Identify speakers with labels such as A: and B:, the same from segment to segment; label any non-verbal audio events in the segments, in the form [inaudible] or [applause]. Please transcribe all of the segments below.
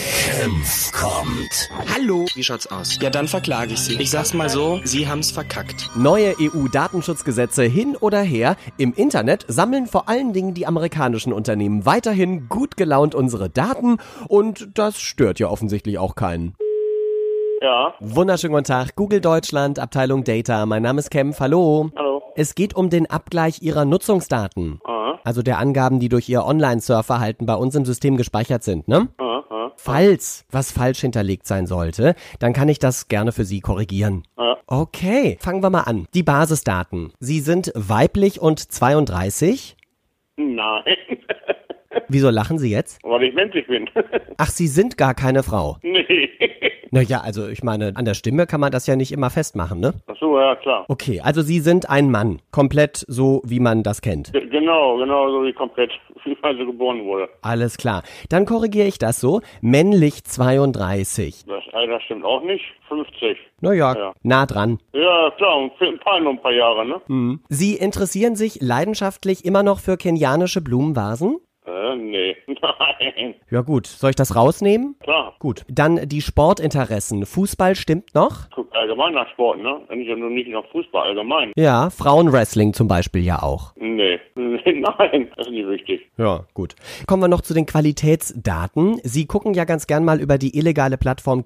A: Senf kommt.
B: Hallo. Wie schaut's aus? Ja, dann verklage ich Sie. Ich sag's mal so, Sie haben's verkackt.
C: Neue EU-Datenschutzgesetze hin oder her, im Internet sammeln vor allen Dingen die amerikanischen Unternehmen weiterhin gut gelaunt unsere Daten und das stört ja offensichtlich auch keinen.
D: Ja,
C: Wunderschönen guten Tag, Google Deutschland, Abteilung Data. Mein Name ist Kempf, hallo.
D: hallo.
C: Es geht um den Abgleich Ihrer Nutzungsdaten.
D: Ah,
C: Also der Angaben, die durch Ihr Online-Surfverhalten bei uns im System gespeichert sind, ne?
D: ah, ah,
C: Falls was falsch hinterlegt sein sollte, dann kann ich das gerne für Sie korrigieren.
D: Ja.
C: Okay, fangen wir mal an. Die Basisdaten. Sie sind weiblich und 32.
D: nein, [laughs]
C: Wieso lachen Sie jetzt?
D: weil ich menschlich bin. [laughs]
C: Ach, Sie sind gar keine Frau.
D: nee.
C: Naja, also ich meine, an der Stimme kann man das ja nicht immer festmachen, ne?
D: Ach so, ja, klar.
C: Okay, also Sie sind ein Mann. Komplett so, wie man das kennt.
D: G genau, genau so wie komplett, [laughs] wie man so geboren wurde.
C: Alles klar. Dann korrigiere ich das so. Männlich 32.
D: Das Alter stimmt auch nicht. 50.
C: Naja, ja.
D: Ja.
C: nah dran.
D: Ja, klar, und für ein paar, noch ein paar Jahre, ne?
C: Sie interessieren sich leidenschaftlich immer noch für kenianische Blumenvasen?
D: Äh, nee. [laughs] Nein.
C: Ja gut, soll ich das rausnehmen?
D: Klar,
C: Gut. Dann die Sportinteressen. Fußball stimmt noch?
D: guck allgemein nach Sport, ne? Nicht nur nicht nach Fußball, allgemein.
C: Ja, Frauenwrestling zum Beispiel ja auch.
D: Nee. [laughs] nee. Nein, das ist nicht wichtig.
C: Ja, gut. Kommen wir noch zu den Qualitätsdaten. Sie gucken ja ganz gern mal über die illegale Plattform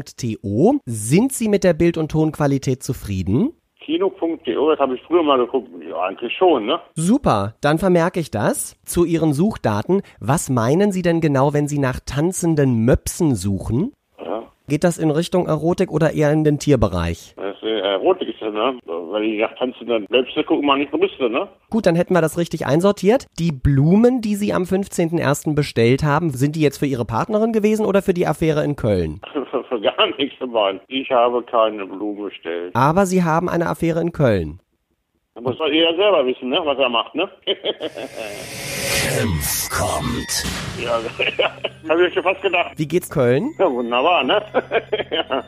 C: kinox.to. Sind Sie mit der Bild- und Tonqualität zufrieden?
D: Kino.de, das habe ich früher mal geguckt. Ja, eigentlich schon, ne?
C: Super, dann vermerke ich das. Zu Ihren Suchdaten. Was meinen Sie denn genau, wenn Sie nach tanzenden Möpsen suchen?
D: Ja.
C: Geht das in Richtung Erotik oder eher in den Tierbereich?
D: Das ist äh, Erotik, ist das, ne? Weil die nach Tanzen dann selbst gucken, man nicht Brüste, ne?
C: Gut, dann hätten wir das richtig einsortiert. Die Blumen, die Sie am 15.01. bestellt haben, sind die jetzt für Ihre Partnerin gewesen oder für die Affäre in Köln?
D: [laughs] Für gar nichts dabei. Ich habe keine Blumen bestellt.
C: Aber Sie haben eine Affäre in Köln.
D: Da muss doch jeder selber wissen, ne? was er macht, ne? [laughs]
A: Senf kommt.
D: also, [laughs] ja, habe ich schon fast gedacht.
C: Wie geht's Köln?
D: Ja, wunderbar, ne? [laughs] ja.